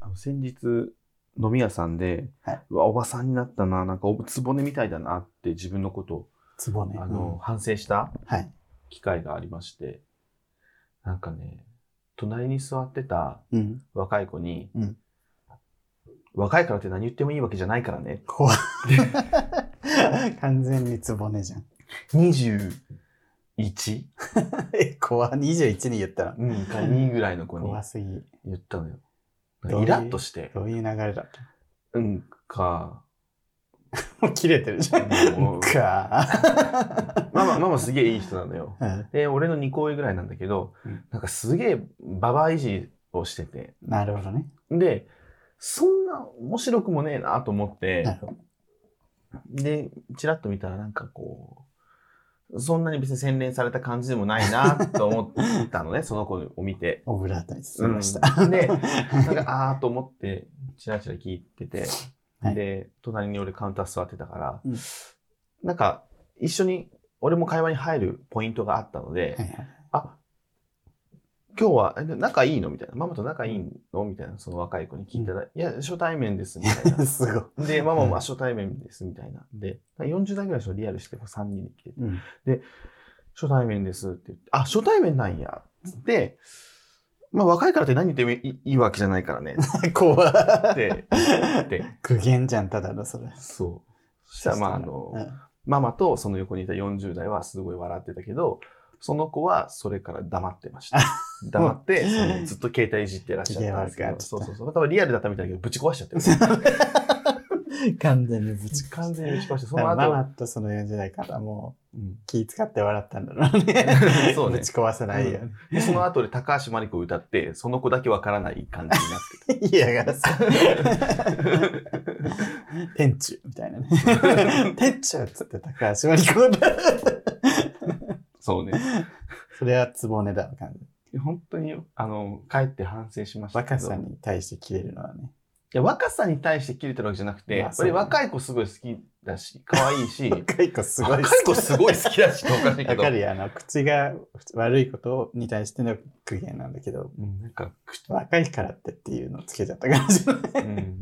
の先日飲み屋さんで、はいうわおばさんになったななんかおつぼねみたいだなって自分のことを、つぼね。あの反省したうんはい。機会がありましてなんかね隣に座ってたうん。若い子に、うん若いからって何言ってもいいわけじゃないからね怖い。 完全につぼねじゃん。 21、 え、怖い。21に言ったら。うん、か2ぐらいの子に怖すぎ。言ったのよどういうイラッとしてどういう流れだっうんか たもう切れてるじゃん。もうかママママすげえいい人なのよー。 うんで俺の2個上ぐらいなんだけど、うんなんかすげえババアいじをしててなるほどね。でそんな面白くもねえなと思って、なるほどでチラッと見たらなんかこうそんなに別に洗練された感じでもないなと思った のねその子を見て。オブラートに包みました。うん でなんかあーと思ってチラチラ聞いてて、はいで隣に俺カウンター座ってたから、うんなんか一緒に俺も会話に入るポイントがあったので、はいはいあ今日はえ仲いいのみたいなママと仲いいのみたいなその若い子に聞いたら、いや初対面ですみたい すごい。なでママうんもあ初対面ですみたいなで40代ぐらいの人リアルしてこう3人で来ててうん。初対面ですって言って、あ、初対面なんや。つって、まあ若いからって何言ってもいいいいわけじゃないからね。 怖い。 って言って、苦言じゃん、ただのそれ。そう。そしたら、まああのう、ママとその横にいた40代はすごい笑ってたけど、その子はそれから黙ってました。黙って、そのずっと携帯いじってらっしゃったんですけ機ど、嫌悪くなっちゃったそうそうそう。多分リアルだったみたいだけど、ぶち壊しちゃってる。ん 完全にぶち完全にぶち壊して、そのママ後、とその40代からもうんう気使って笑ったんだろうね。 そうねぶち壊せないように。でその後で高橋真理子を歌って、その子だけわからない感じになって嫌がらせ。 天柱みたいなね。 天柱っつって高橋真理子だ。そうね。それはつぼねだわ、感じ。本当に、あの、帰って反省しましたけ若ど。さに対して切れるのはね。いや、若さに対して切れてるわけじゃなくて、まあやっぱりそうね若い子すごい好きだし、可愛いし、若い子 すごい若好いき子すごい好きだしっておかしいけわど、かるよ。あの、口が悪いことに対しての苦言なんだけど、うん、なんか、口若いからってっていうのをつけちゃった感じ。うん、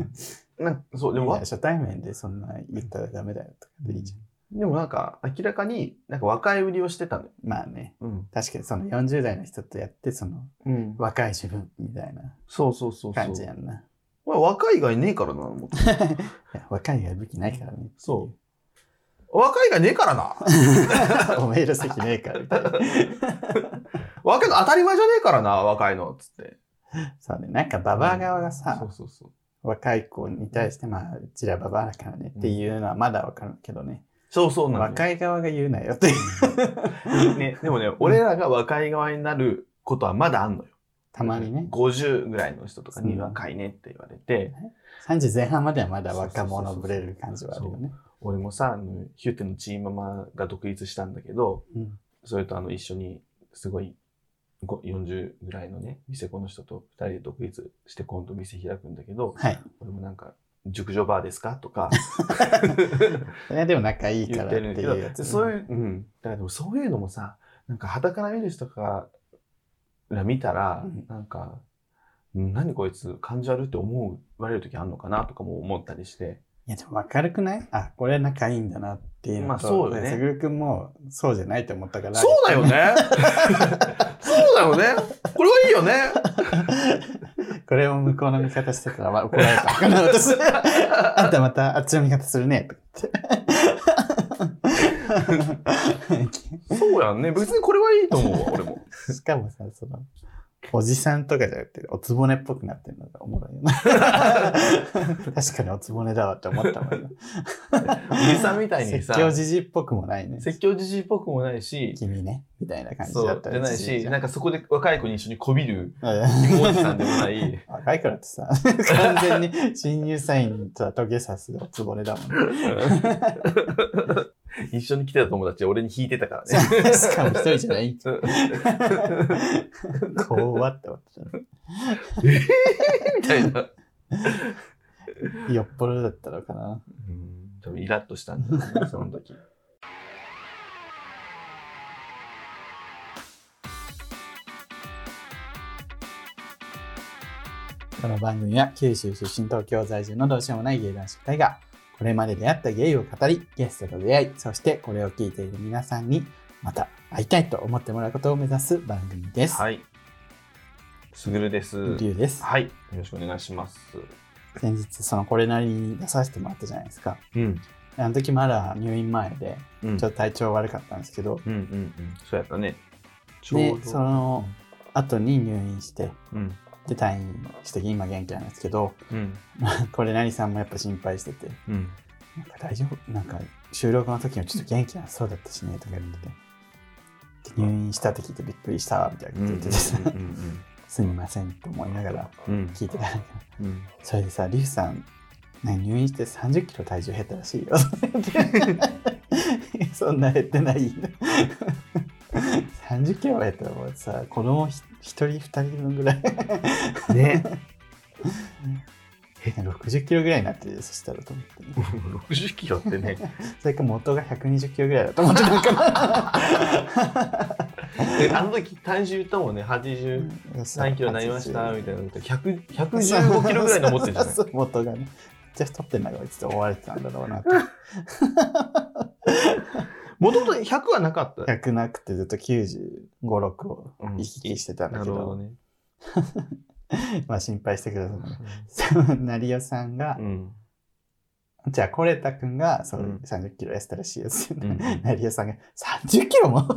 なんかそう、でいもやわ、初対面でそんな言ったらダメだよとかでいいじでもなんか、明らかに、なんか若い売りをしてたのよ。ゃん。まあね、うん。確かにその40代の人とやって、そのうん、若い自分みたいなそうそうそうそ感うじ。やんな。俺若い以外ねえからな、思って。いや若いが武器ないからね。そう若い以外ねえからな。 おめえら席ねえからみたいな。若いの当たり前じゃねえからな、若いの、つって。そうね、なんかババア側がそさう、そうそう。若い子に対して、まあ、うちらババアだからねっていうのはまだわかるけどね、そうそうなのよ若い側が言うなよっていう。ね、 でもね、俺らが若い側になることはまだあんのよ。たまにね、 50ぐらいの人とかうにん若いねって言われて、 3時前半まではまだ若者ぶれる感じはあるよね。俺もさ、あのヒューテのチーママが独立したんだけど、うんそれとあの一緒にすごいご40ぐらいのね、店子の人と2人で独立して今度店開くんだけど、はい。俺もなんか、熟女バーですかと かいや、でも仲いいか言っらっててるんだけいど、うやつ。そういう、うん。だからでもそういうのもさ、なんか肌から見る人から見たら、うんなんか、うん何こいつ感じ悪いって思う、言われる時あんのかなとかも思ったりして、いや、でも明るくないあ、これ仲いいんだなっていうのと。まあそうよねすぐるくんもそうじゃないと思ったから。そうだよ。 ねそうだよねこれはいいよね これを向こうの味方してたらまあ怒られたのかな、私。あんたまたあっちの味方するね、とか言って。そうやんね。別にこれはいいと思うわ、俺も。 しかもさ、その、おじさんとかじゃなくて、おつぼねっぽくなってるのがおもろいよな。確かにおつぼねだわって思ったもん今おじさんみたいにさ説教じじっぽくもないね。説教じじいっぽくもないし、君ね、みたいな感じそだっう、たじゃないし、うんなんかそこで若い子に一緒にこびるおじさんでもな若い。いからってさ、完全に新入社員とはトゲさすおつぼねだもんね。一緒に来てた友達俺に引いてたからね。しかも一人じゃない。怖って思ってみたいな。た。よっぽどだったのかな。多分イラッとしたんだよね、その時。この番組は九州出身東京在住のどうしようもない芸男子2人がこれまで出会ったゲイを語りゲストと出会いそしてこれを聞いている皆さんにまた会いたいと思ってもらうことを目指す番組です。はい。すぐるです。理由です。はい。よろしくお願いします。先日そのこれなりに出させてもらったじゃないですか。うん。あの時まだ入院前でうん。ちょっと体調悪かったんですけど、うんうんうん。そうやったね。ちょうでどその後に入院してうん。で退院して今元気なんですけど うん。これなりさんもやっぱ心配しててうん。なんか大丈夫なんか収録の時もちょっと元気なさそうだったしねとか言っててで入院したって聞いてびっくりしたみたいなうん。 こうとん言っててさうんすみませんと思いながらうん。聞いてたんだけどうん。それでさリフさんね入院して3 0キロ体重減ったらしいよ そんな減ってない3 0キロは減ったらもうさ子供ひ一人二人分ぐらい うん。 ね。 6 0キロぐらいになってるよそしたらと思って、ね、 60キロってね。それか元が1 2 0キロぐらいだと思っ てたんかであの時体重言ったもんね、83なキロになりましたみたいな。100 115キロぐらいの持ってるじゃない そうそう元がねじゃあ太ってんだからちょっと思われてたんだろうなともともと100はなかった。 100なくてずっと956をうん行き来してたんだなけるど,、ほどね。まあ心配してくださるその成代さんがう、ん。じゃあコレタ君がそううん30キロ痩せたらしいですようんね。成代さんが30キロも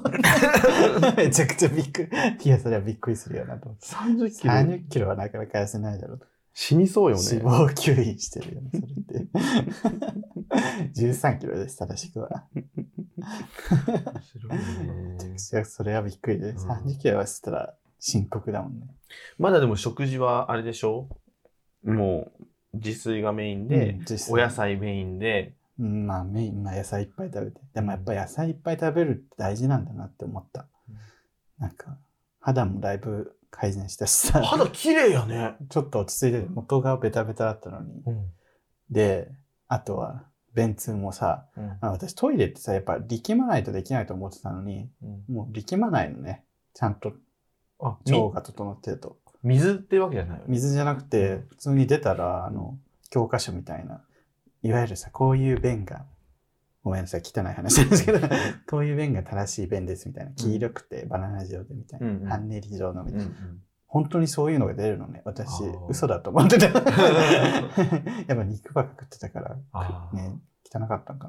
めちゃくちゃびっくり。いや、それはびっくりするよなと思って。 30キロ。 30キロはなかなか痩せないだろうと。死にそうよ脂ね。肪吸引してるよね、それって。13キロでしたらしくは。面白いねめちゃくちゃそれはびっくりで、ん30キロ痩せたら深刻だもんね。まだでも食事はあれでしょもう自炊がメインで、うん、実際お野菜メインで、うんまあメイン、まあ、野菜いっぱい食べて。でもやっぱ野菜いっぱい食べるって大事なんだなって思ったうん。なんか、肌もだいぶ改善したしさ、肌綺麗やね。 ちょっと落ち着いてて、元がベタベタだったのに。で、あとは、便通もさ、あ私トイレってさ、やっぱ力まないとできないと思ってたのに、もう力まないのね。ちゃんとあみ腸が整ってると。水ってわけじゃないよね。水じゃなくて、普通に出たら、あの、教科書みたいな、いわゆるさ、こういう便が、ごめんなさい、汚い話なんですけど、こういう便が正しい便ですみたいな、黄色くてバナナ状でみたいな、うんうんハンネリ状のみうたいんな、うん本当にそういうのが出るのね、あ私ー、嘘だと思 ってた。 やっぱ肉ばっか食ってたから、あーね、汚かったんか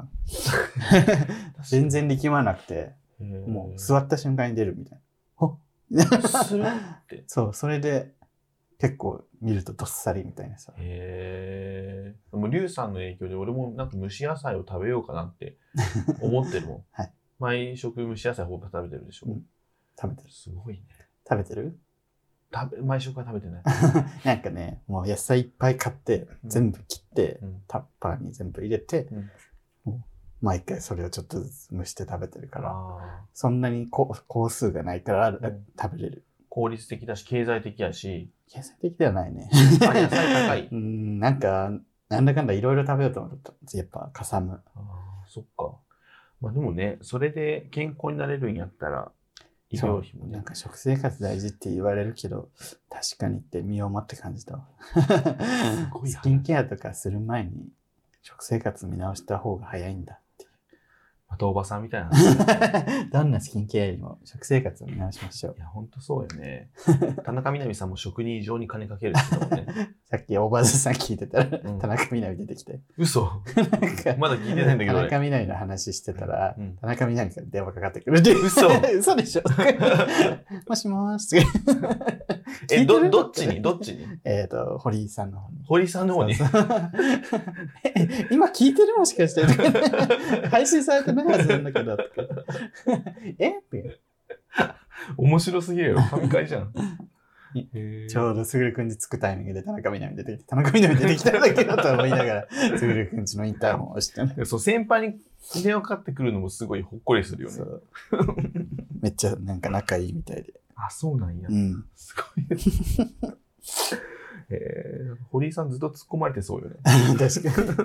な。全然力まなくて、へーも う座った瞬間に出るみたいな。ほっ スルッて。そう、それで結構見るとどっさりみたいなさ。へえ。もうリュウさんの影響で俺もなんか蒸し野菜を食べようかなって思ってるもん。 はい毎食蒸し野菜ほぼ食べてるでしょ。うん食べてるすごいね。食べてる食べ毎食は食べてない。 なんかね、もう野菜いっぱい買って、うん全部切って、うんタッパーに全部入れて、うんもう毎回それをちょっとずつ蒸して食べてるから、あーそんなにこ工数がないから、ん食べれる。効率的だし、経済的やし、野菜的ではないね。。あ野菜高い うん、なんか、なんだかんだいろいろ食べようと思うと、やっぱかさむ。ああ、そっか。まあでもね、それで健康になれるんやったら、医療費もなねん。か食生活大事って言われるけど、確かにって身をもって感じたわ。ごい話スキンケアとかする前に食生活見直した方が早いんだって。またおばさんみたいな話だね。 どんなスキンケアよりも食生活を見直しましょうい。や、ほんとそうよ ね。田中みな実さんも職人以上に金かけるって言ってたもん ね。さっき大場さん聞いてたら、うん田中みな実出てきて。嘘なん かまだ聞いてないんだけど田俺。中みな実の話してたら、うん田中みな実から電話かかってくるっていう。嘘 嘘でしょもしもーし。 え、聞いてど、るどっちにどっちにえっと、堀井さんの方に。堀さんの方に。そうそう え今聞いてるもし かして 配信されてないはずなんだけど。とかえって 面白すぎるよ。神回じゃん。いへーちょうどすぐるくんに着くタイミングで田中みな実出てきて、田中みな実出てきたんだけどと思いなが ら、すぐるくんちのインターホンを押してね。でもそう、先輩に電話かかってくるのもすごいほっこりするよねそ。 うめっちゃなんか仲いいみたいで。あ、そうなんやう。ん。すごい。えー、堀井さんずっと突っ込まれてそうよね。確か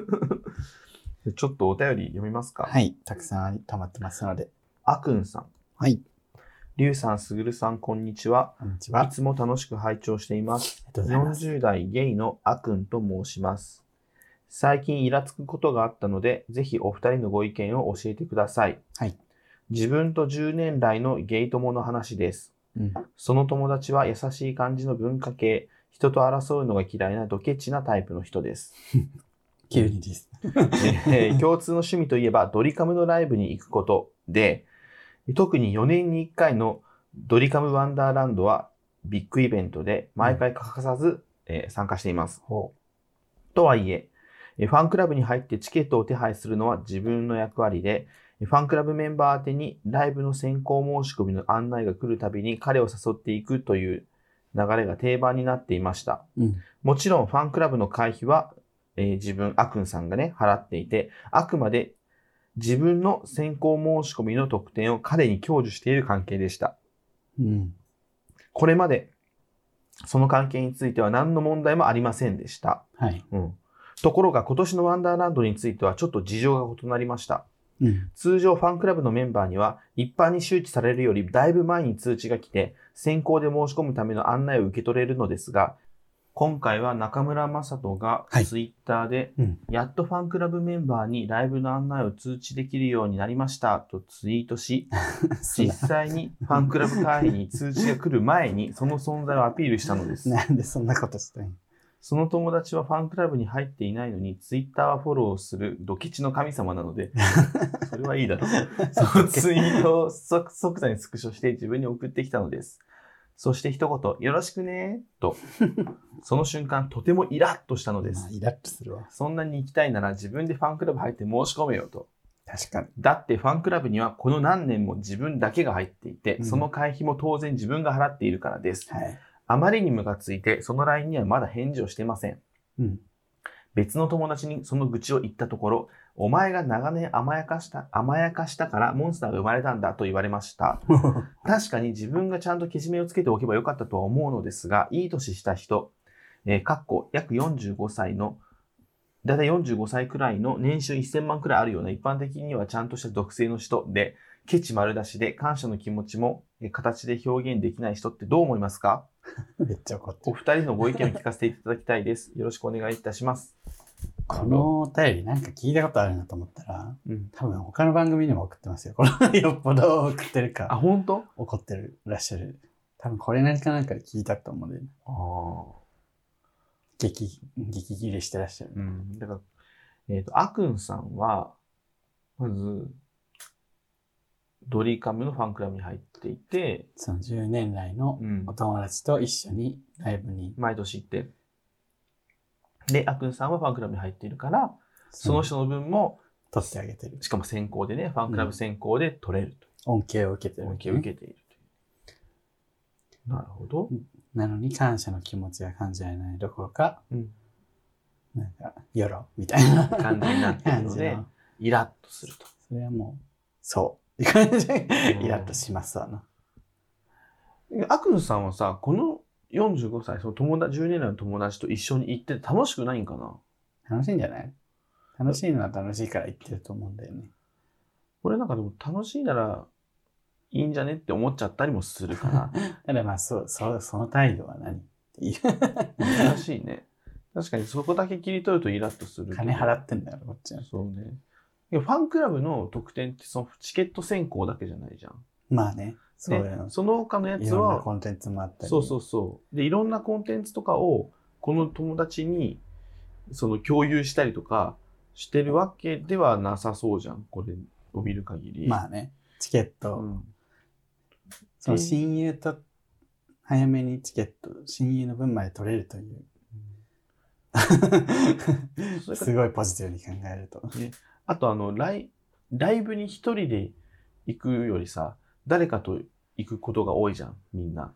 に。ちょっとお便り読みますか。はい。たくさん溜まってますので。あくんさん。はい。りゅうさん、すぐるさん、こんにちは。こんにちは。あいつも楽しく拝聴しています。りがとうございます。 40代ゲイのあくんと申します。最近イラつくことがあったので、ぜひお二人のご意見を教えてください。はい。自分と10年来のゲイ友の話です。うん、その友達は優しい感じの文化系、人と争うのが嫌いなドケチなタイプの人です。急にです。 えー共通の趣味といえばドリカムのライブに行くことで、特に4年に1回のドリカムワンダーランドはビッグイベントで毎回欠かさず、えー参加しています。ほとはいえ、えーファンクラブに入ってチケットを手配するのは自分の役割で、えーファンクラブメンバー宛てにライブの先行申し込みの案内が来るたびに彼を誘っていくという流れが定番になっていました。う。うん。もちろんファンクラブの会費は、えー自分、あくんさんがね、払っていて、あくまで自分の先行申し込みの特典を彼に享受している関係でした。うん。これまで、その関係については何の問題もありませんでした。はい。うん。ところが今年のワンダーランドについてはちょっと事情が異なりました。うん。通常ファンクラブのメンバーには一般に周知されるよりだいぶ前に通知が来て先行で申し込むための案内を受け取れるのですが今回は中村雅人がはいツイッターで、うんやっとファンクラブメンバーにライブの案内を通知できるようになりましたとツイート し実際にファンクラブ会員に通知が来る前にその存在をアピールしたのです、なんでそんなことしたいのその友達はファンクラブに入っていないのにツイッターはフォローするドケチの神様なの でそれはいいだろうそのツイートを即即座にスクショして自分に送ってきたのです。そして一言、よろしくね と、その瞬間、とてもイラッとしたのでまあ、す。イラッとするわ。そんなに行きたいなら自分でファンクラブ入って申し込めよと。確かに。だってファンクラブにはこの何年も自分だけが入っていて、うんその会費も当然自分が払っているからです。 はい。あまりにムカついて、その LINE にはまだ返事をしていません。うん。別の友達にその愚痴を言ったところ、お前が長年甘やかした、甘やかしたからモンスターが生まれたんだと言われました。確かに自分がちゃんとけじめをつけておけばよかったとは思うのですが、いい年した人、えー、かっこ約45歳の、だいたい45歳くらいの年収1000万くらいあるような一般的にはちゃんとした属性の人で、ケチ丸出しで感謝の気持ちもえー形で表現できない人ってどう思いますかめっちゃ怒っておる。二人のご意見を聞かせていただきたいです。 よろしくお願いいたします。このお便りなんか聞いたことあるなと思ったら、うん多分他の番組にも送ってますよ。これ よっぽど送ってるあ、か、本当？怒ってるらっしゃる。多分これなりかなんかで聞いたと思うんで、あ激、激切れしてらっしゃる。あ。うん。だから、えっ、と、あくんさんは、まず、ドリカムのファンクラブに入っていて、その10年来のうんお友達と一緒にライブに、毎年行って。で、あくんさんはファンクラブに入っているから、その人の分も、撮ってあげてる。しかも先行でね、ファンクラブ先行で取れる恩恵を受けと。てる。恩恵を受けているという。なるほど。なのに感謝の気持ちが感じられないどころか、うんなんか、よろみたいな感じになってるので 感じのイラッとすると。それはもう、そう。って感じでうん イラッとしますわな。あくんさんはさ、この45歳、その友達、10年来の友達と一緒に行って楽しくないんかな楽しいんじゃない楽しいのは楽しいから言ってると思うんだよね。俺なんかでも楽しいならいいんじゃねって思っちゃったりもする から、ただまあ、そう、そう、その態度は何っていう。難しいね。確かにそこだけ切り取るとイラッとするけど。金払ってんだから、こっちは。そうね。いやファンクラブの特典ってそのチケット選考だけじゃないじゃん。まあね、そういうので。その他のやいつろんなは、コンテンツもあったり。そうそうそう。で、いろんなコンテンツとかを、この友達に、その共有したりとかしてるわけではなさそうじゃん。これを見る限り。まあね、チケッあト、うん。その親友と早めにチケット、親友の分まで取れるという。それかすごいポジティブに考えると。あとあのライ、ライブに一人で行くよりさ、誰かと行くことが多いじゃん、みんな。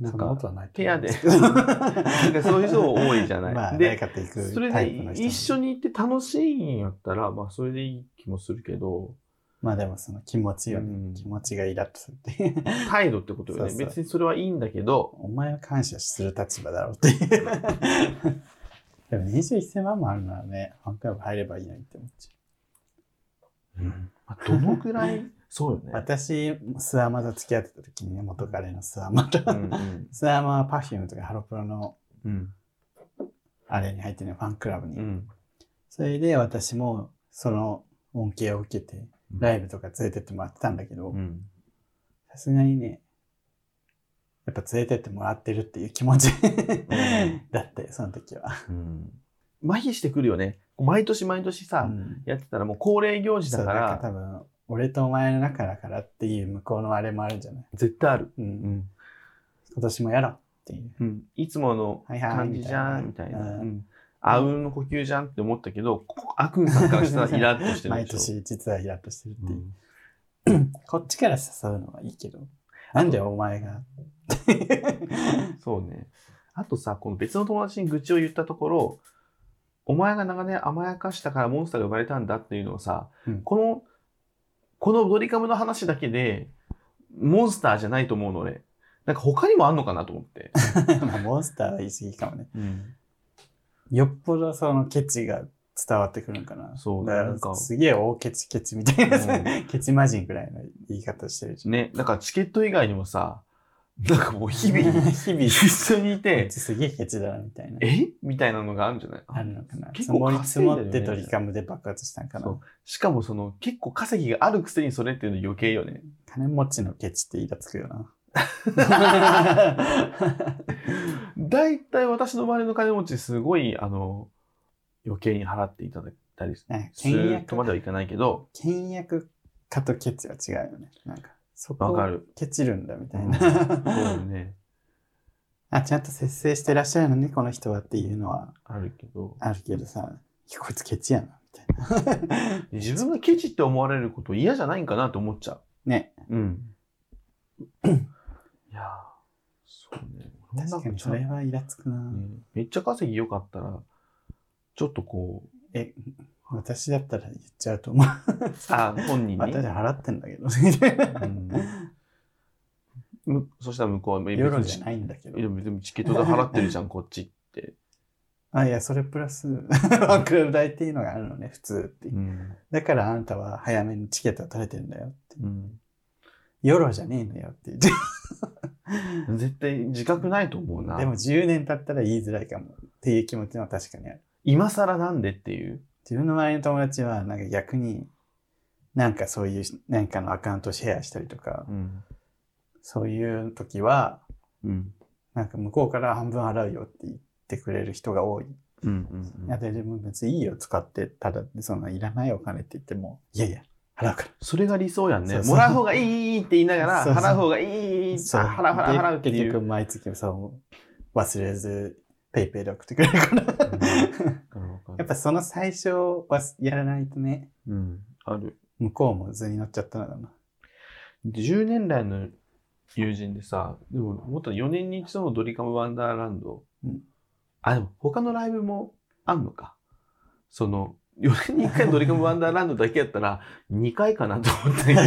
なんか、ことはないとペ思アうん で。すけどなんかそういう人多いじゃない。まあ、誰で、かと行くそれタイプので人も一緒に行って楽しいんやったら、まあそれでいい気もするけど、まあでもその気持ちよね、うん気持ちがイラッとするって いう態度ってことよね。そうそう別にそれはいいんだけど、お前は感謝する立場だろうって いう。でも21,000万もあるならね、ファンクラブ入ればいいのにって思っちゃ まあどのくらいそうよね。私、スアマと付き合ってた時にね、元彼のスアマと。うんうん スアマはパフュームとかハロプロのうんあれに入ってね、ファンクラブに。うんそれで私もその恩恵を受けて、ライブとか連れてってもらってたんだけどう、んさすがにね、やっぱ連れてってもらってるっていう気持ち だって、その時は。うん麻痺してくるよね。毎年毎年さ、うんやってたらもう恒例行事そうだかだからら、多分、俺とお前の中だからっていう向こうのあれもあるんじゃない、絶対ある。うんうん今年もやろうっていう。いつものはいはい感じじゃん、みたいな。うんうんあうんの呼吸じゃんって思ったけど、ここあくんさんからしたらイラッとしてる 毎でしょ。年実はイラッとしてるってういう。んこっちから誘うのはいいけど、なんでお前 が。そうね。あとさ、この別の友達に愚痴を言ったところ、お前が長年甘やかしたからモンスターが生まれたんだっていうのをさ、うんこの、このドリカムの話だけで、モンスターじゃないと思うの俺。なんか他にもあんのかなと思って。まあモンスターは言い過ぎかもね。よっぽどそのケチが伝わってくるのかな。そうだなんかからすげえ大ケチケチみたいな、うケチマジンぐらいの言い方してるじゃん。ね、なんかチケット以外にもさ、なんかもう日々、 日々、一緒にいこいて、つすげえケチだなみたいな。えみたいなのがあるんじゃないあるのかな。結積構もり積稼いもでるよねってドリカムで爆発したんかそなう。しかもその結構稼ぎがあるくせにそれっていうの余計よね。金持ちのケチってイラつく よな。大体私の周りの金持ちすごいあの余計に払っていただいたりすね倹るとまで約、はいかないけど倹約家とケチは違うよね。なんか、そこわかをる。ケチるんだみたいそうだな。ね。 あ、ちゃんと節制してらっしゃるのね、この人はっていうのはあるけどあるけどさ、いやこいつケチやな、みたいな。自分がケチって思われること嫌じゃないんかなと思っちゃう。ね。 うん。いやーそうね。確かにそねれはイラつくな。めっちゃ稼ぎ良かったらちょっとこうえ、私だったら言っちゃうと思う。あ本人に、私払ってんだけ ど。うんむそしたら向こうは世論じゃないんだけどで。も別にチケットで払ってるじゃん、こっちって。あ、いや、それプラス、 ワンクラブ代っていうのがあるのね、普通っていう。ん。だからあなたは早めにチケットを取れてんだよって。うん、世論じゃねえのよって言って。絶対自覚ないと思うな。でも10年経ったら言いづらいかもっていう気持ちは確かにある。今更なんでっていう。自分の周りの友達はなんか逆になんかそういう何かのアカウントをシェアしたりとか、うん。そういう時はうん。なんか向こうから半分払うよって言ってくれる人が多い。うん。いやで自分別にいいよ使ってただそのいらないお金って言ってもいやいや払うかそれが理想やんね。そうそもうらう方がいいいいって言いながら、そうそう払う方がいいいいら。って、あ払う払う払うってでい結う。局毎月そう忘れずペイペイで送ってくれるから。 やっぱその最初はやらないとね、うん。ある。向こうも図に乗っちゃったの かな。 10年来の友人でさ、でも、もっと4年に一度のドリカムワンダーランド。うんあ、でも、他のライブもあんのか。その、4年に1回のドリカムワンダーランドだけやったら、2回かなと思ったけど。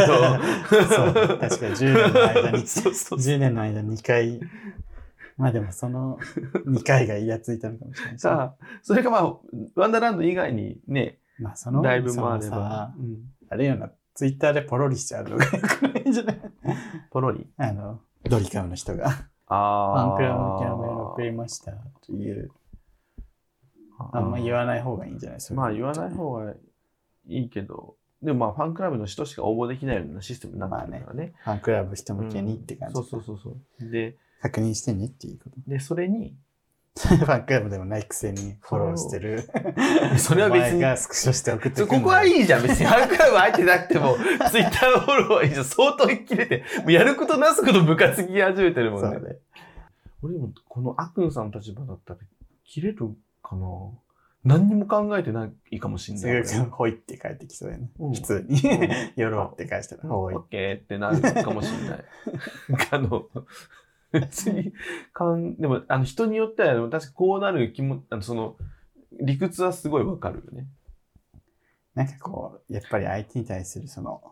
そう、確かに10年の間に、そうそう10年の間2回、まあでもその2回がイラついたのかもしれない し。さあ、それかまあ、ワンダーランド以外にね、まあその、ライブもあれそのさば、うんあれよな、ツイッターでポロリしちゃうのがよくないんじゃないポロリ。あの、ドリカムの人が、フあァンクラブ向けのメール送りましたという、あんま言わない方がいいんじゃないですか。まあ言わない方がいいけど、でもまあファンクラブの人しか応募できないようなシステムになってるからね。ファンクラブ人向けにって感じ。そうそうそうそう。で、確認してねっていうこと。 で、それに、ファンクラブでもないくせにフォローしてる。 それは別にお前がスクショして送って。ここはいいいじゃん、別に。ファンクラブ入ってなくて も、ツイッターのフォローはいいじゃん。相当切れて、もうやることなすことムカつき始めてるもそんうね。で。俺もこのあくんさんの立場だったら、切れるかな何にも考えてないかもしんすない。ぐくん、ほいって帰ってきそうやね。うん普通にん。よろって返したら、オほいッ。ケーってなるかもしれ ない。あの、別に、かん、でも、あの、人によっては、確かこうなる気も、あの、その、理屈はすごいわかるよね。なんかこう、やっぱり相手に対するその、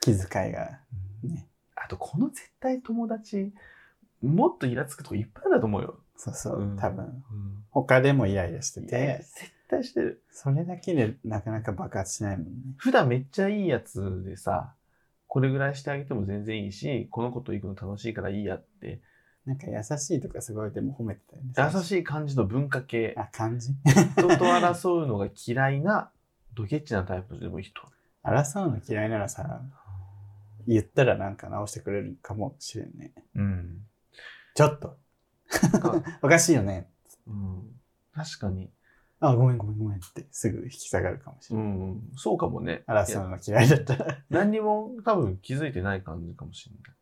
気遣いが、ね。あと、この絶対友達、もっとイラつくとこいっぱいあるんだと思うよ。、そうそううん多分。他でもイライラしていやて、絶対してる。それだけでなかなか爆発しないもんね。普段めっちゃいいやつでさ、これぐらいしてあげても全然いいし、この子と行くの楽しいからいいやって、なんか優しいとかすごいでも褒めてたよね。優い。しい感じの文化系、あ、感じ人と争うのが嫌いな、ドケッチなタイプでもいい人。争うの嫌いならさ、言ったらなんか直してくれるかもしれんね。うん。ちょっと、なんか、おかしいよね。うん、確かに、あ、ごめんごめんごめんってすぐ引き下がるかもしうれない。ん、そうかもね。い争やうの嫌いだったら。何にも多分気づいてない感じかもしれない。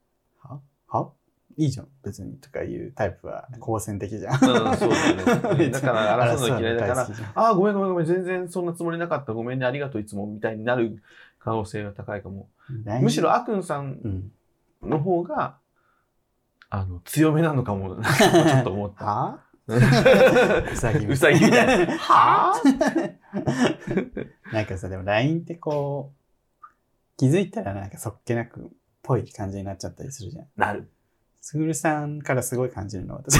はいいじゃん、別にとかいうタイプは好戦的じゃん。うんそう だねだから争うの嫌いだから争うの大好きじゃんああ、ごめんごめんごめん、全然そんなつもりなかった。ごめんね、ありがとういつも、みたいになる可能性が高いかも。むしろ、あくんさんうん、の方が、あの、強めなのかもな、ちょっと思 った。はうさぎうさぎみたいな。 はあなんかさ、でも LINE ってこう、気づいたらなんかそっけなくっぽい感じになっちゃったりするじゃん。 なる。すぐるさんからすごい感じるの、私。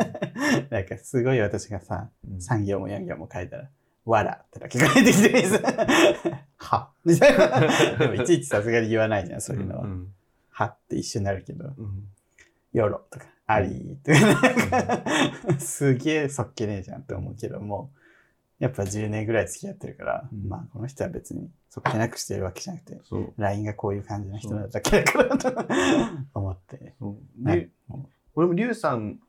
なんかすごい私がさ、うん3行も4行も書いたら、わらってだけ書いてきてるさ、 はみたいな。でもいちいちさすがに言わないじゃん、そういうのは。んはって一緒になるけど、うんよろとか、ありーとか、なんか、すげえそっけねえじゃんって思うけども、やっぱ10年ぐらい付き合ってるから、うんまあこの人は別にそっけなくしてるわけじゃなくて、そう。 LINE がこういう感じの人なだけだからと思って。そうなんでかも俺もリュウさん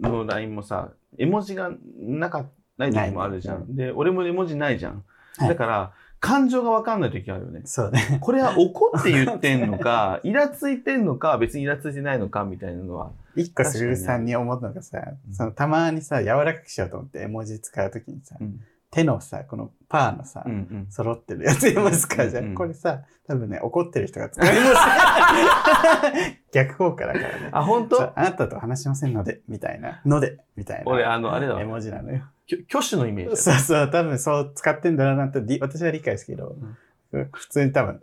の LINE もさ絵文字がなかない時もあるじゃないん。で俺も絵文字ないじゃん。はいだから感情が分かんない時あるよねう。そうね。これは怒って言ってんのか イラついてんのか別にイラついてないのかみたいなのは。一個すぐるさんに思ったのがさ、うんそのたまにさ、柔らかくしようと思って絵文字使うときにさ、うん手のさ、このパーのさ、うんうん揃ってるやつやますかじゃ。うんうんんこれさ、多分ね、怒ってる人が使い ます。逆効果だからね。あ本そう当あなたと話しませんので、みたいな。ので、みたいな。俺あのあれだわ絵文字なのよ。挙挙手のイメージそうそう、多分そう使ってんだろうなと、り私は理解ですけど、普通に多分、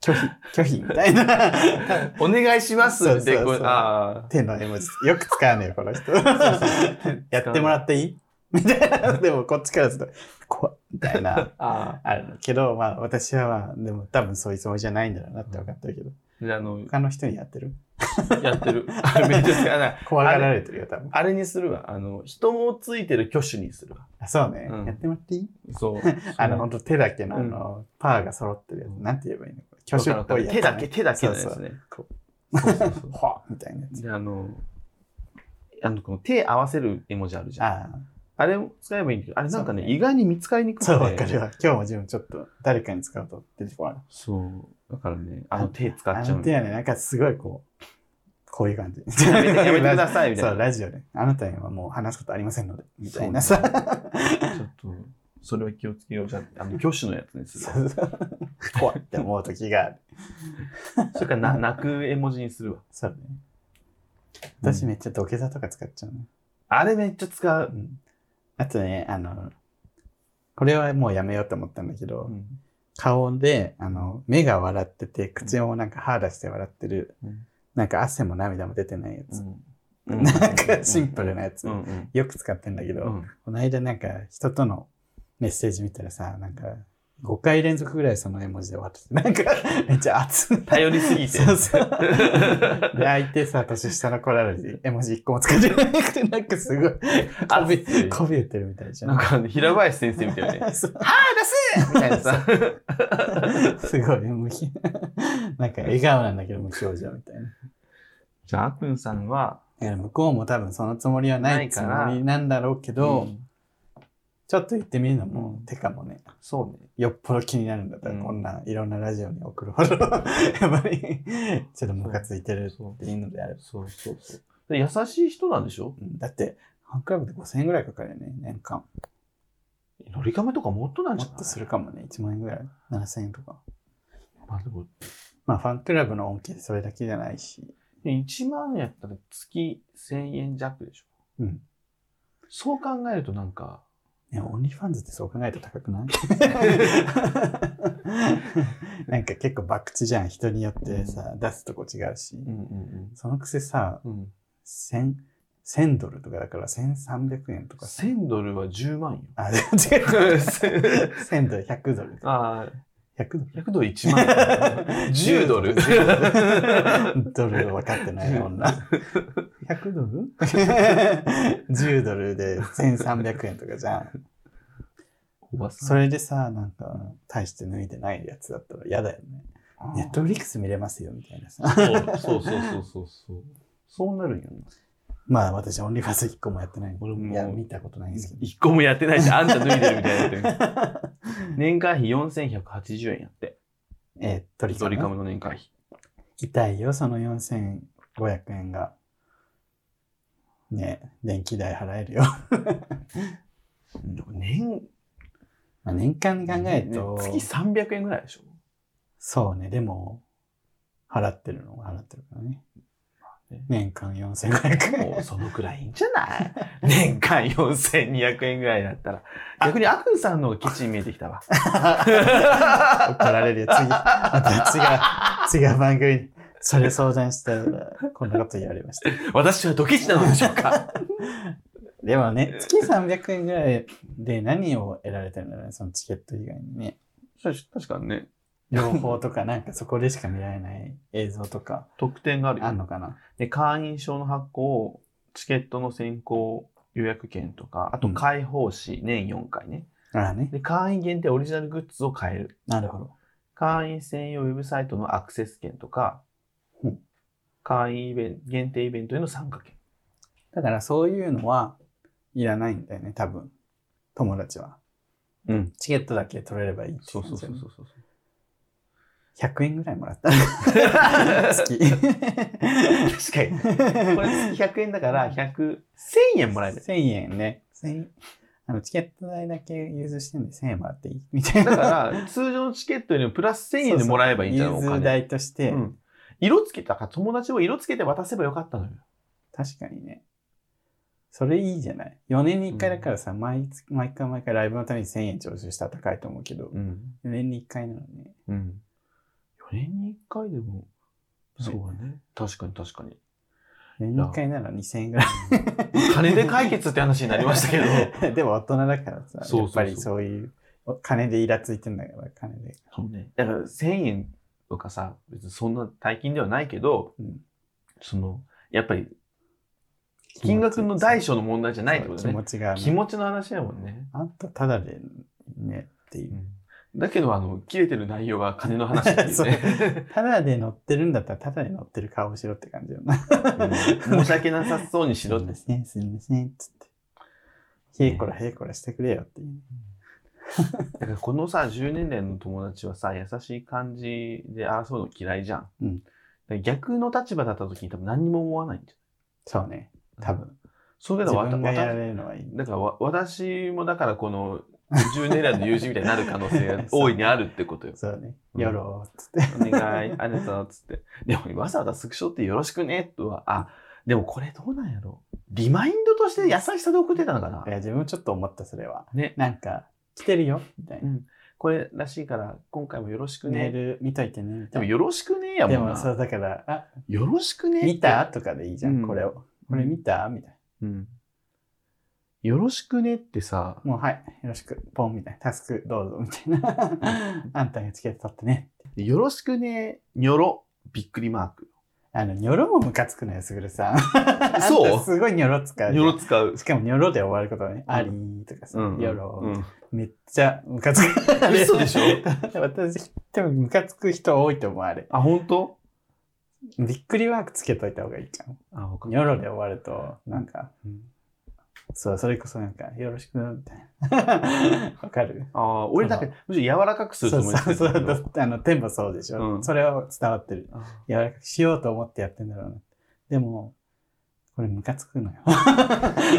拒否、拒否みたい なお願いしますそうっそうてそうこうあ手の絵文字。よく使わねえよ、この人。やってもらっていいみたいな。でもこっちからすると、怖っみたいなー。ああるけど、まあ私はまあ、でも多分そういうつもりじゃないんだろうなって分かってるけど、ーであの他の人にやってるやって るあれめっちゃ好きあな怖がられてるよ、多分。あれにするわあの人もついてる挙手にするわ。あそうね、うんやってもらっていいそう あの、本当手だけの、うんあの、パーが揃ってるやつ、うんなんて言えばいいの巨手っぽいやつ、手だけ、。手だけのやつね。そうそうそうそうほわみたいなやつ。で、あの、あの、この手合わせる絵文字あるじゃん。あああ、れを使えばいいんだけど、あれなんかね、そうね意外に見つかりにくくて。そう、わかるわ。今日も自分ちょっと誰かに使うと出てこない。そう。だからね、あの手使あっちゃうのの。手はね、なんかすごいこう、こういう感じ。やめてやめてくださいみたいなそう、ラジオで。あなたにはもう話すことありませんので、みたいなそうさね。ちょっと、それは気をつけよう。じゃあ、あの、挙手のやつにする。そうそう怖いって思う時がある。それからな、泣く絵文字にするわ。そうね。私うんめっちゃ土下座とか使っちゃうね。あれめっちゃ使うう。ん。あとね、あの、これはもうやめようと思ったんだけど、うん顔で、あの、目が笑ってて、口もなんか歯出して笑ってる、うんなんか汗も涙も出てないやつ。う なんかシンプルなやつ。うんうんよく使ってんだけど、うん。この間なんか人とのメッセージ見たらさ、なんか5回連続ぐらいその絵文字で終わって て、なんかめっちゃ熱い。頼りすぎて。そ うそう。で、相手さ、年下の子なのに、絵文字一個も使ってなくて、なんかすごい、こび、熱いこび売ってるみたいじゃなん。んかね、平林先生みたいなね。 そうみたいなさ。 すごい、無表なんか笑顔なんだけど、無表情みたいな。じゃあ、あくんさんは、だから向こうも多分そのつもりはなないいつかもらりなんだろうけど、うんちょっと言ってみるのも、うんてかもね、そうね。よっぽど気になるんだったら、うんこんないろんなラジオに送るほど、 やっぱり、ちょっとムカついてるそうっていうのであれば。そうそうそう。で優しい人なんでしょうんだって、ファンクラブで5000円ぐらいかかるよね、年間。乗りかめとかもっとなんもじゃないっとするかもね、1万円ぐらい。7000円とか。まあでも、まあ、ファンクラブの恩恵でそれだけじゃないし。 1万円やったら月1000円弱でしょ。うん。そう考えるとなん か、ね、オンリーファンズってそう考えると高くない なんか結構博打じゃん。人によってさ、出すとこ違うし。んうんそのくせさ、うん。うん。 1000、1000ドルとかだから1300円とかさ。 1000ドルは10万よ。あ、違う。 1000 1000ドル、100ドル。ああ、 100ドル。 100ドル1万円。10ドル。ドル分かってない女。100ドル ?10 ドルで1300円とかじゃん。おばさそん。れでさ、なんか、大して脱いでないやつだったら嫌だよね。ネットフリックス見れますよ、みたい なさ。そうそうそうそうそう。そうなるんよね。まあ私、オンリーファース1個もやってないんで。俺もいや、見たことないんですけど。一個もやってないし、あんた脱いでるみたいになってる。年会費4180円やって。 えー、トリカドムリカムの年会費。痛いよ、その4500円が。ね電気代払えるよ。 年、まあ年間で考えると、月300円ぐらいでしょ。そうね、でも、払ってるのは払ってるからねね。年間4500円。もうそのくらいいいんじゃない 年間4200円ぐらいだったら。逆にアクンさんの方がケチに見えてきたわ。怒られるよ。次、また違う、違う番組に。それ相談したら、こんなこと言われました。 私はドケチなのでしょうか でもね、月300円ぐらいで何を得られてるんだろうね、そのチケット以外 にね。確かにね、両方とか、なんかそこでしか見られない映像とか、特典があるよあんのかな。で、会員証の発行、チケットの先行予約券とか、あとうん開放誌、年4回ね。ああね。で、会員限定オリジナルグッズを買える。なるほど。会員専用ウェブサイトのアクセス券とかうん、会員イベン限定イベントへの参加券。だからそういうのはいらないんだよね、多分。友達は。うん。チケットだけ取れればいいっていそうそうそうそう そう。 100円ぐらいもらった。 好き。確かに。これ月100円だから、100、1000円もらえる。 1000円ね。千円あのチケット代だけ融通してんで1000円もらっていいみたいだな。から、通常のチケットよりもプラス1000円でもらえばいいんじゃないお融通金。代として、うん。色つけたから友達も色つけて渡せばよかったのよ。確かにね。それいいじゃない。4年に1回だからさ、毎月毎回毎回ライブのために1000円徴収したら高いと思うけど、うん。 4年に1回なのね。うん。4年に1回でも、はいそうだね。確かに確かに。 4年に1回なら2000円ぐらい。金で解決って話になりましたけど。ど。 でも大人だからさ、そうそうそうやっぱりそういう、お金でイラついてんだから、金で。そうね。だから1000円とかさ、別にそんな大金ではないけど、うんその、やっぱり金額の大小の問題じゃないってこと気ね。持ちが、気持ちの話だもんね。あんたただでねっていう。だけど、あの、切れてる内容が金の話っていう そうね。ただで乗ってるんだったら、ただで乗ってる顔をしろって感じよな。うん申し訳なさそうにしろっすいてま。せん、すいません、つって。へいこらへいこらしてくれよっていう。だからこのさ10年来の友達はさ優しい感じで争うの嫌いじゃん、うんだから逆の立場だった時に多分何にも思わないんじそうね。ゃん多分。それだ自わた分がやら私れるのはいい。だからわ私もだからこの10年来の友人みたいになる可能性 が大いにあるってことよそうね。うんよろー、つって。お 願いありがとうっつってでもわざわざスクショってよろしくねとはあでもこれどうなんやろリマインドとして優しさで送ってたのかないや、自分もちょっと思った、それは。ねなんか、来てるよ、みたいな。これらしいから今回もよろしくメーねル見といてね、みでたもいよろしくねやな。でもんも、そなうだから、あ、よろしくねって見たとかでいいじゃうんん、これを。これ見たみたいな。うん。よろしくねってさ、もう、はい、よろしく、ポン、みたいな。タスク、どうぞ、みたい な。あんたがチケット取ってね。よろしくね、にょろ、びっくりマーク。あの、ニョロもムカつくのよ、すぐるさん。そうあんたすごいニョロ使うじにゃょん。ろ使う。しかもニョロで終わることはね、うんありーとかさ、ニョロ、うん。めっちゃムカつく。 嘘でしょ 私、でもムカつく人多いと思う、あれ。あ、本当？びっくりワークつけといた方がいいかも。あ、わかニョロで終わると、なんか、そう、それこそなんか、よろしく、みたいな。 わかるああ、俺だけ、むしろ柔らかくすそるうとそ思ういますそうあの、テンポそうでしょ。うんそれは伝わってる。あ柔らかくしようと思ってやってんだろうな。でも、これムカつく のよ。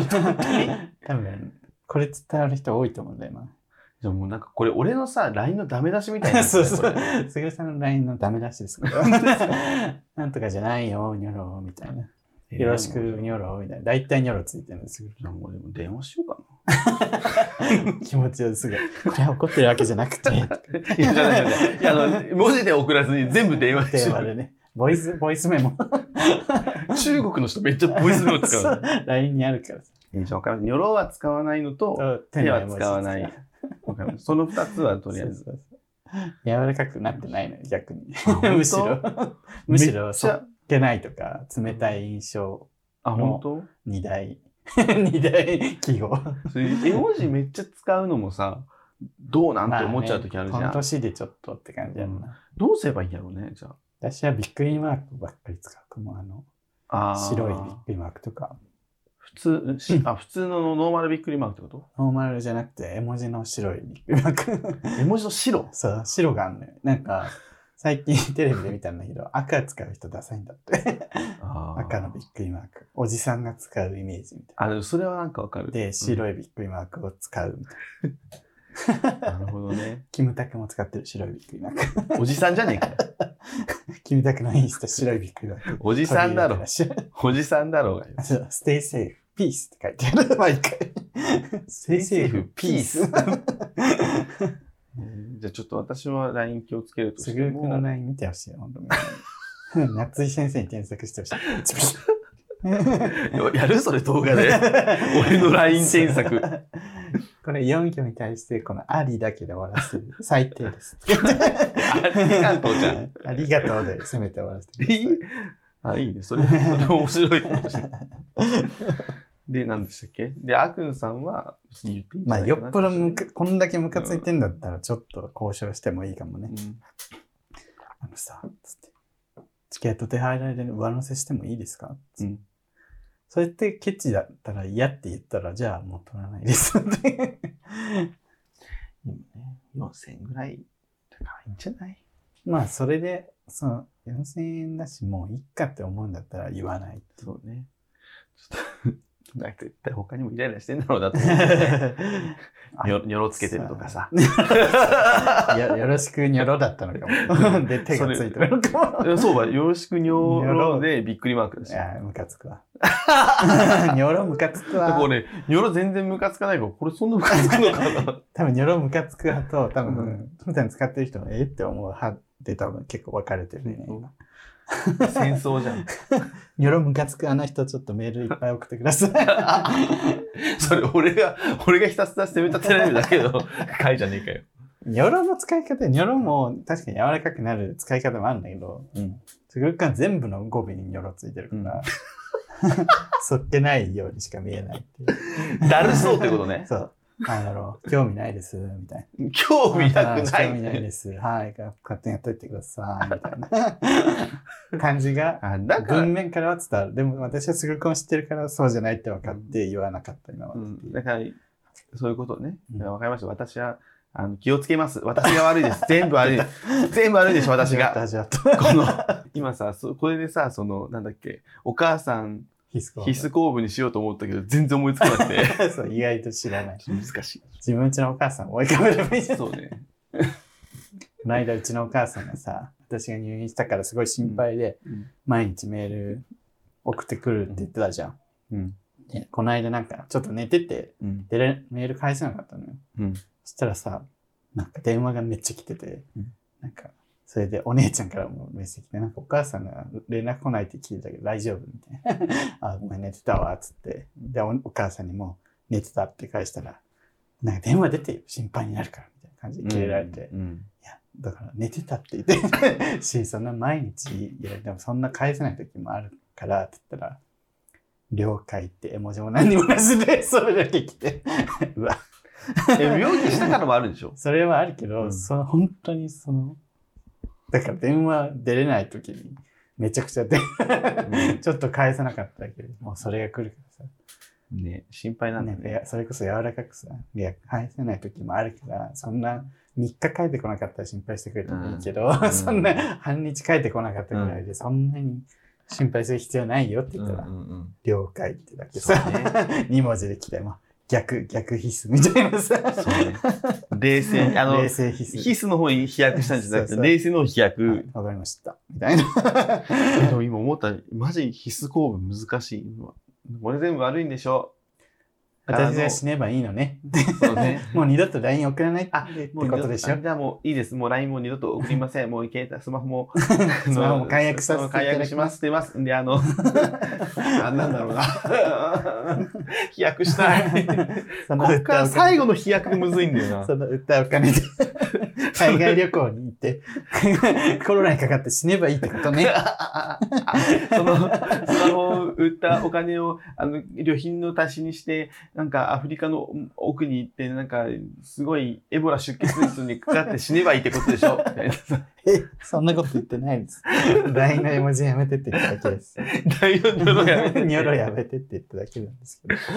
多分、これ伝わる人多いと思うんだよでももうなんかこれ、俺のさ、LINE のダメ出しみたいにな今。って そるうそうこれ。すぐるさんの LINE のダメ出しです。これはなんとかじゃないよ、ニョロ、みたいな。よろしく、ニョロ、みたいな。大体ニョロついてるん ですぐるじゃあもうでも電話しようか気持ちよすぐ。これは怒ってるわけじゃなくて。な。いや、じゃないじゃないいやあの、文字で送らずに 全部電話し電よ話う。でね。ボイス、ボイスメモ。中国の人めっちゃボイスメモ使 うの。 LINE にあるからさ。えーじゃあわかりました。ニョロは使わないのと、そう手は使わない。わかりましたその2つはとりあえず。そうそうそう柔らかくなってないのよ、逆に。あ本当むしろ。むしめっろ、ちそゃっけないとか、冷たい印象、あ、も本う当二大、 二大記号。それ絵文字めっちゃ使うのもさ、どうなんて思っちゃう時あるじゃん。まねこの年でちょっとって感じやんな。どうすればいいんやろうね、じゃ私はびっくりマークばっかり使うかも。あの、あ。あー白いびっくりマークとか。普通、しあ、普通のノーマルびっくりマークってこノーマルじゃなくて、絵文字の白いびっくりマー ク。と絵文字の白。そう、白があんのよ。なんか、最近テレビで見たんだけど、赤使う人ダサいんだって。あー赤のびっくりマーク。おじさんが使うイメージみたいあ、でもそれはなんかわかる。な。で、白いびっくりマークを使うみたいな。なるほどね。キムタクも使ってる白いびっくり マーク。おじさんじゃねえかよ。キムタクのインスタ白いびっくりマーク。おじさんだろ。そうおじさんだろうがよ。ステイセーフ、ピースって書いてある。毎回。ステイセーフ、ピース。じゃあちょっと私は LINE 気をつけるとすしぐてるくのも。ライン見てほしいよ、本当に。夏井先生に 検索してほしい。やるそれ動画 で。俺の LINE 添削。これ4行に対して、このありだけで終わらせる。最低です。ありがとうじゃん。 ありがとうで、せめて終わらせてください。あ、いいね。それ、それ面白いかもしれない。で、何でしたっけで、あくんさんは、別に言っていいんじゃまあ、ないかよなっぽどむか、こんだけムカついてんだったら、ちょっと交渉してもいいかもね。うんあのさ、つって。チケット手配られる上乗せしてもいいですかつってうんそれってケチだったら嫌って言ったら、じゃあもう取らないですって。でもね、4000円ぐらい高いんじゃない まあ、それで、その、4000円だし、もういっかって思うんだったら言わない。そうね。ちょっと、なんか絶対他にもイライラしてんだろうなと思って、 あよよろつけてるとかさ。よよろしくにょろだったのか も。で、手がついてるのかも。いやそうば、よろしくにょろでびっくりマークだいし。や、ムカつくわ。 にょろムカつくわ。これ、にょろ全然ムカつかないから、これそんなムカつくのかな多分、にょろムカつく派と、多う分、普段使ってる人のええって思う派で多分結構分かれてるね。うん 戦争じゃん。にょろムカつくあの人、ちょっとメールいっぱい送ってくださ い。それ俺が、俺がひたすら攻め立てられるだけの回じゃねえかよ。にょろの使い方、にょろも確かに柔らかくなる使い方もあるんだけど、うんつぐるくんは全部の語尾ににょろついてるから、 そっけないようにしか見えないっていう。だる そうってことね。 そう。あの、興味ないです、みたいな。興味なくな興味ないい。です。はい。勝手にやっといてください。みたい な感じが、あだから文、面からは伝わる。でも私はすぐるくんを知ってるから、そうじゃないって分かって言わなかった、今は。うんだから、そういうことね。うんわかりました。私は、あの気をつけます。私が悪い です。全部悪い。全部悪いでしょ、私が。味わ った。この、今さ、そこれでさ、その、なんだっけ、お母さん必須項目必須公文にしようと思ったけど、全然思いつかなくて。そう、意外と 知らない。ちょっと難しい。自分うちのお母さんを追いかぶればいいじゃん。そうね。この間うちのお母さんがさ私が入院したからすごい心配で、うん毎日メール送ってくるって言ってたじゃん、うん。でこの間なんかちょっと寝ててうん。でれメール返せなかったのようん。そしたらさなんか電話がめっちゃ来てて、うんなんかそれでお姉ちゃんからもメッセージ来てなんかお母さんが連絡来ないって聞いたけど大丈夫みたいな あごめん寝てたわっつってでおお母さんにも寝てたって返したらなんか電話出てよ心配になるからみたいな感じで切れられて、うん。いや、だから寝てたって 言ってし、そんな毎日、いや、でもそんな返せない時もあるからって言ったら、了解って絵文字も何にもなしで、 それだけ来て。うわ、え、病気したからもあるんでしょ それはあるけど、うんその本当にその、だから電話出れない時に、めちゃくちゃで、ん ちょっと返さなかっただけで、もうそれが来るからね、心配なさ、んだねね。、いやそれこそ柔らかくさ、いや、返せない時もあるから、そんな、3日帰ってこなかったら心配してくれてもいいけど、うんそんな半日帰ってこなかったぐらいで、そんなに心配する必要ないよってう言んっうたら、んうん了解ってだけそさ、う 2文字で来て、まあ、逆、逆必須みたいなさ、そうね。冷静に、あの冷、静必須。ヒスの方に飛躍したんじゃなくそうて、そう冷静の方に飛は躍い。わかりました。みたいな。 でも今思った、マジ必須公文難しい。俺全部悪いんでしょ私が死ねばいいのね。そうね。もう二度と LINE 送らないっ て あもう二こ度とでしょあ。じゃあもういいです。もう LINE も二度と送りません。もう携帯、スマホも、 スマホも解約させてい解ただきます約します。してます。んで、あ の、あなんだろうな。 飛躍したい。 そこの売っっかたらお金 最後の飛躍がむずいんだよな。 その売ったお金で海外旅行に行 って、コロナにかかって死ねばいいってことね。その、スマホを売ったお金を、あの、旅品の足しにして、なんかアフリカの奥に行って、なんか、すごいエボラ出血率にかかって死ねばいいってことでし ょみたいなさえ、 そんなこと言ってないです。LINE の絵文字やめてって言っただけです。大丈ニ夫なのやめてョロやめてって言っただけなんですけど。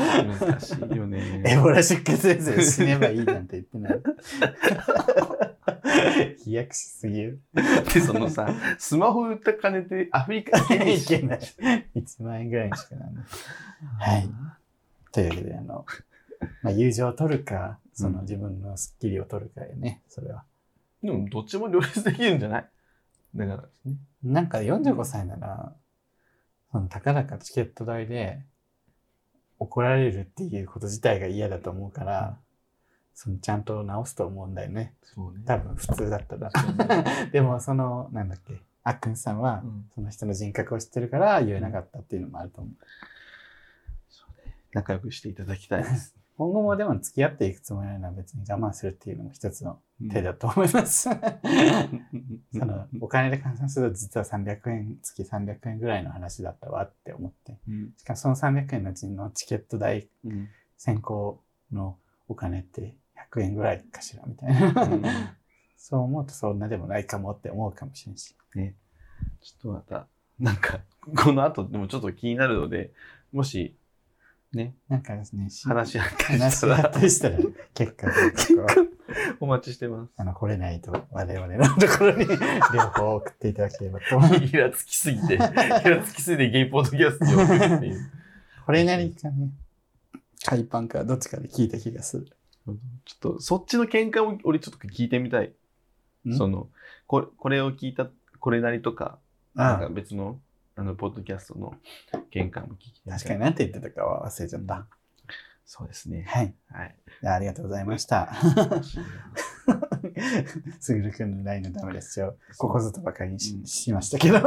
難しいよね。エボラ出血ですよ死ねばいい なんて言ってない。飛躍しすぎる。で、そのさ、スマホ売った金ってアフリカ行けないいし けない。1万円ぐらいにしかなんない。はい。というわけで、あの、まあ、友情を取るか、そのうん自分のスッキリを取るかよね、それは。でも、どっちも両立できるんじゃないだからですね。なんか45歳なら、その、たかだかチケット代で怒られるっていうこと自体が嫌だと思うから、その、ちゃんと直すと思うんだよね。そうね。多分、普通だったら。 そうねでも、その、なんだっけ、あっくんさんはう、んその人の人格を知ってるから言えなかったっていうのもあると思う。仲良くしていただきたいです。今後もでも付き合っていくつもりなら別に我慢するっていうのも一つの 手だと思います。 そのお金で換算すると実は300円月300円ぐらいの話だったわって思ってうんしかもその300円のうちのチケット代うん先行のお金って100円ぐらいかしらみたいな、うんそう思うとそんなでもないかもって思うかもしれんしちょっとまた、なんか、この後でもちょっと気になるので、もし、ね、なんかですねし話し合って話しした合らっ、てしたら結果どうかこうお待ちしてまあの来れないと我々のところに両方送っていただければと思いますす。イラつきす ぎて、イラつきすぎてゲイポッドキャストに送るっていう。これなりかね海パンかどっちかで聞いた気がするちょっと、そっちの見解を俺ちょっと聞いてみたい。んその、これこれを聞いた、これなりとか、なんか別の、あの、ポッドキャストの見解も聞いてみたい確かに。何て言ってたかは忘れちゃった。そうですね。はい。 はい。じゃあありがとうございました。すぐるくんの LINE のダメですちをここぞとばかりにし,、うんましたけど、う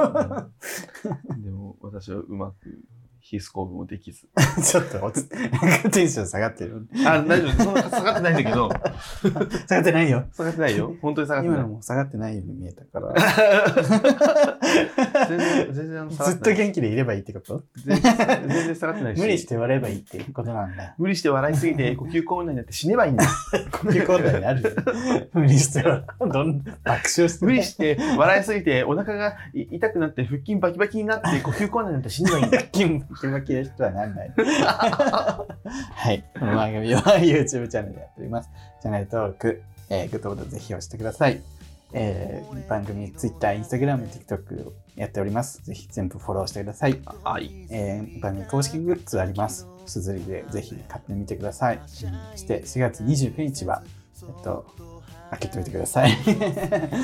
んでも、私はうまく、ヒスコーブもできず。 ちょっと落ちなんかテンション下がってる。あ、大丈 夫。そんな下がってないんだけど、下がってないよ。下がってないよ。本当に下がって今なのい。も下がってないように見えたから。 全然、全然下がずっってとない。元気でいればいいってこと全然全然下がってないし。無理して割ればいいっていうことなんだ。無理して笑いすぎ て呼吸困難になって死ねばいいんだ。呼吸困難になる よ。無理して割れどん爆笑して、無理して笑いすぎてお腹がい痛くなって腹筋バキバキになって呼吸困難になって死ねばいい んだ。キムキムキの人はなんないはいこの番組は YouTube チャンネルでやっておりますチャンネル登録、えーグッドボタンぜひ押してください、えー番組 Twitter、Instagram、TikTok やっておりますぜひ全部フォローしてください、はい。えー番組公式グッズありますすずりでぜひ買ってみてくださいそして4月29日はえっと開けてみてください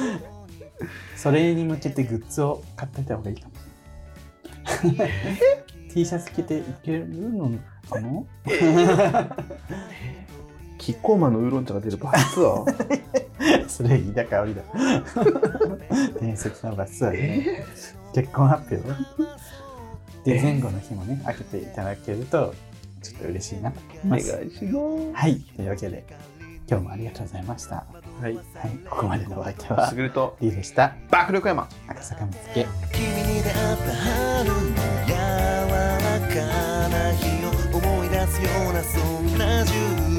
それに向けてグッズを買ってた方がいいかも T シャツ着ていけるのかな キッコーマンのウーロン茶が出るバスは。それ飯田香織だ伝説のバスはね結婚発表で前後の日もね開けていただけるとちょっと嬉しいなと思おいま願いすしまはいというわけで今日もありがとうございましたはす。はい。いここまでのお相手はすぐると、リーでした爆力山。赤坂見つけ君に出会った春の柔らかな日を思い出すようなそんな10